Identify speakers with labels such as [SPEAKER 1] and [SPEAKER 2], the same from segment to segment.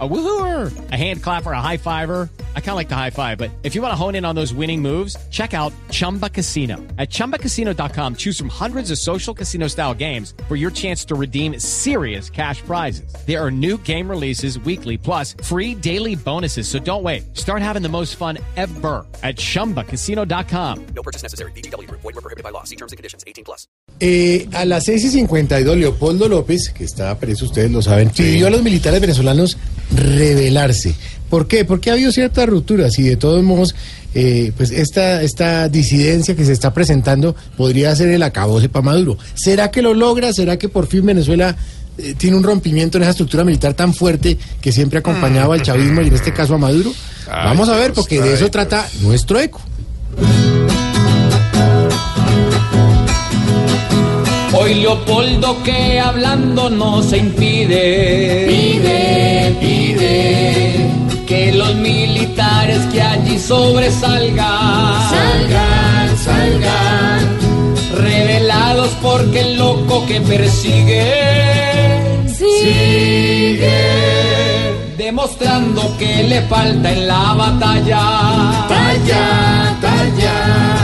[SPEAKER 1] A woohooer, a hand clapper, a high fiver. I kind of like the high five, but if you want to hone in on those winning moves, check out Chumba Casino. At chumbacasino.com, choose from hundreds of social casino style games for your chance to redeem serious cash prizes. There are new game releases weekly, plus free daily bonuses. So don't wait. Start having the most fun ever at chumbacasino.com.
[SPEAKER 2] No purchase necessary. BGW. Void were prohibited by law. See terms and conditions. 18 plus.
[SPEAKER 3] Eh, a las 6 y 52, Leopoldo López, que está preso, ustedes lo saben, pidió a los militares venezolanos rebelarse. ¿Por qué? Porque ha habido ciertas rupturas y de todos modos, eh, pues esta, esta disidencia que se está presentando podría ser el acabose para Maduro. ¿Será que lo logra? ¿Será que por fin Venezuela eh, tiene un rompimiento en esa estructura militar tan fuerte que siempre acompañaba al chavismo y en este caso a Maduro? Vamos a ver, porque de eso trata nuestro eco.
[SPEAKER 4] Hoy Leopoldo que hablando no se impide. Pide, pide. Que los militares que allí sobresalgan. Salgan, salgan. Revelados porque el loco que persigue. Sigue. Demostrando que le falta en la batalla. Talla, talla.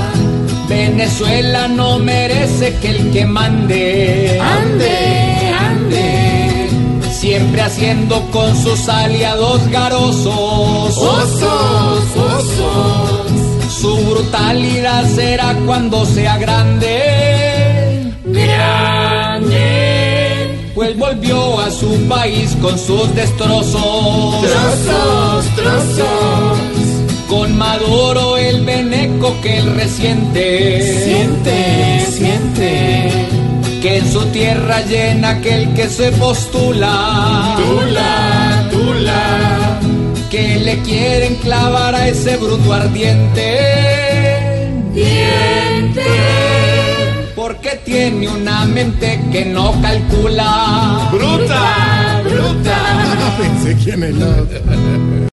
[SPEAKER 4] Venezuela no merece que el que mande ande, ande, siempre haciendo con sus aliados garosos, osos, osos. Su brutalidad será cuando sea grande, grande, pues volvió a su país con sus destrozos, trozos, trozos. Con Maduro el veneco que él resiente. Siente, siente. Que en su tierra llena aquel que se postula. Tula, tula. Que le quieren clavar a ese bruto ardiente. Diente. Porque tiene una mente que no calcula. Bruta, bruta.
[SPEAKER 3] Pensé que en el otro.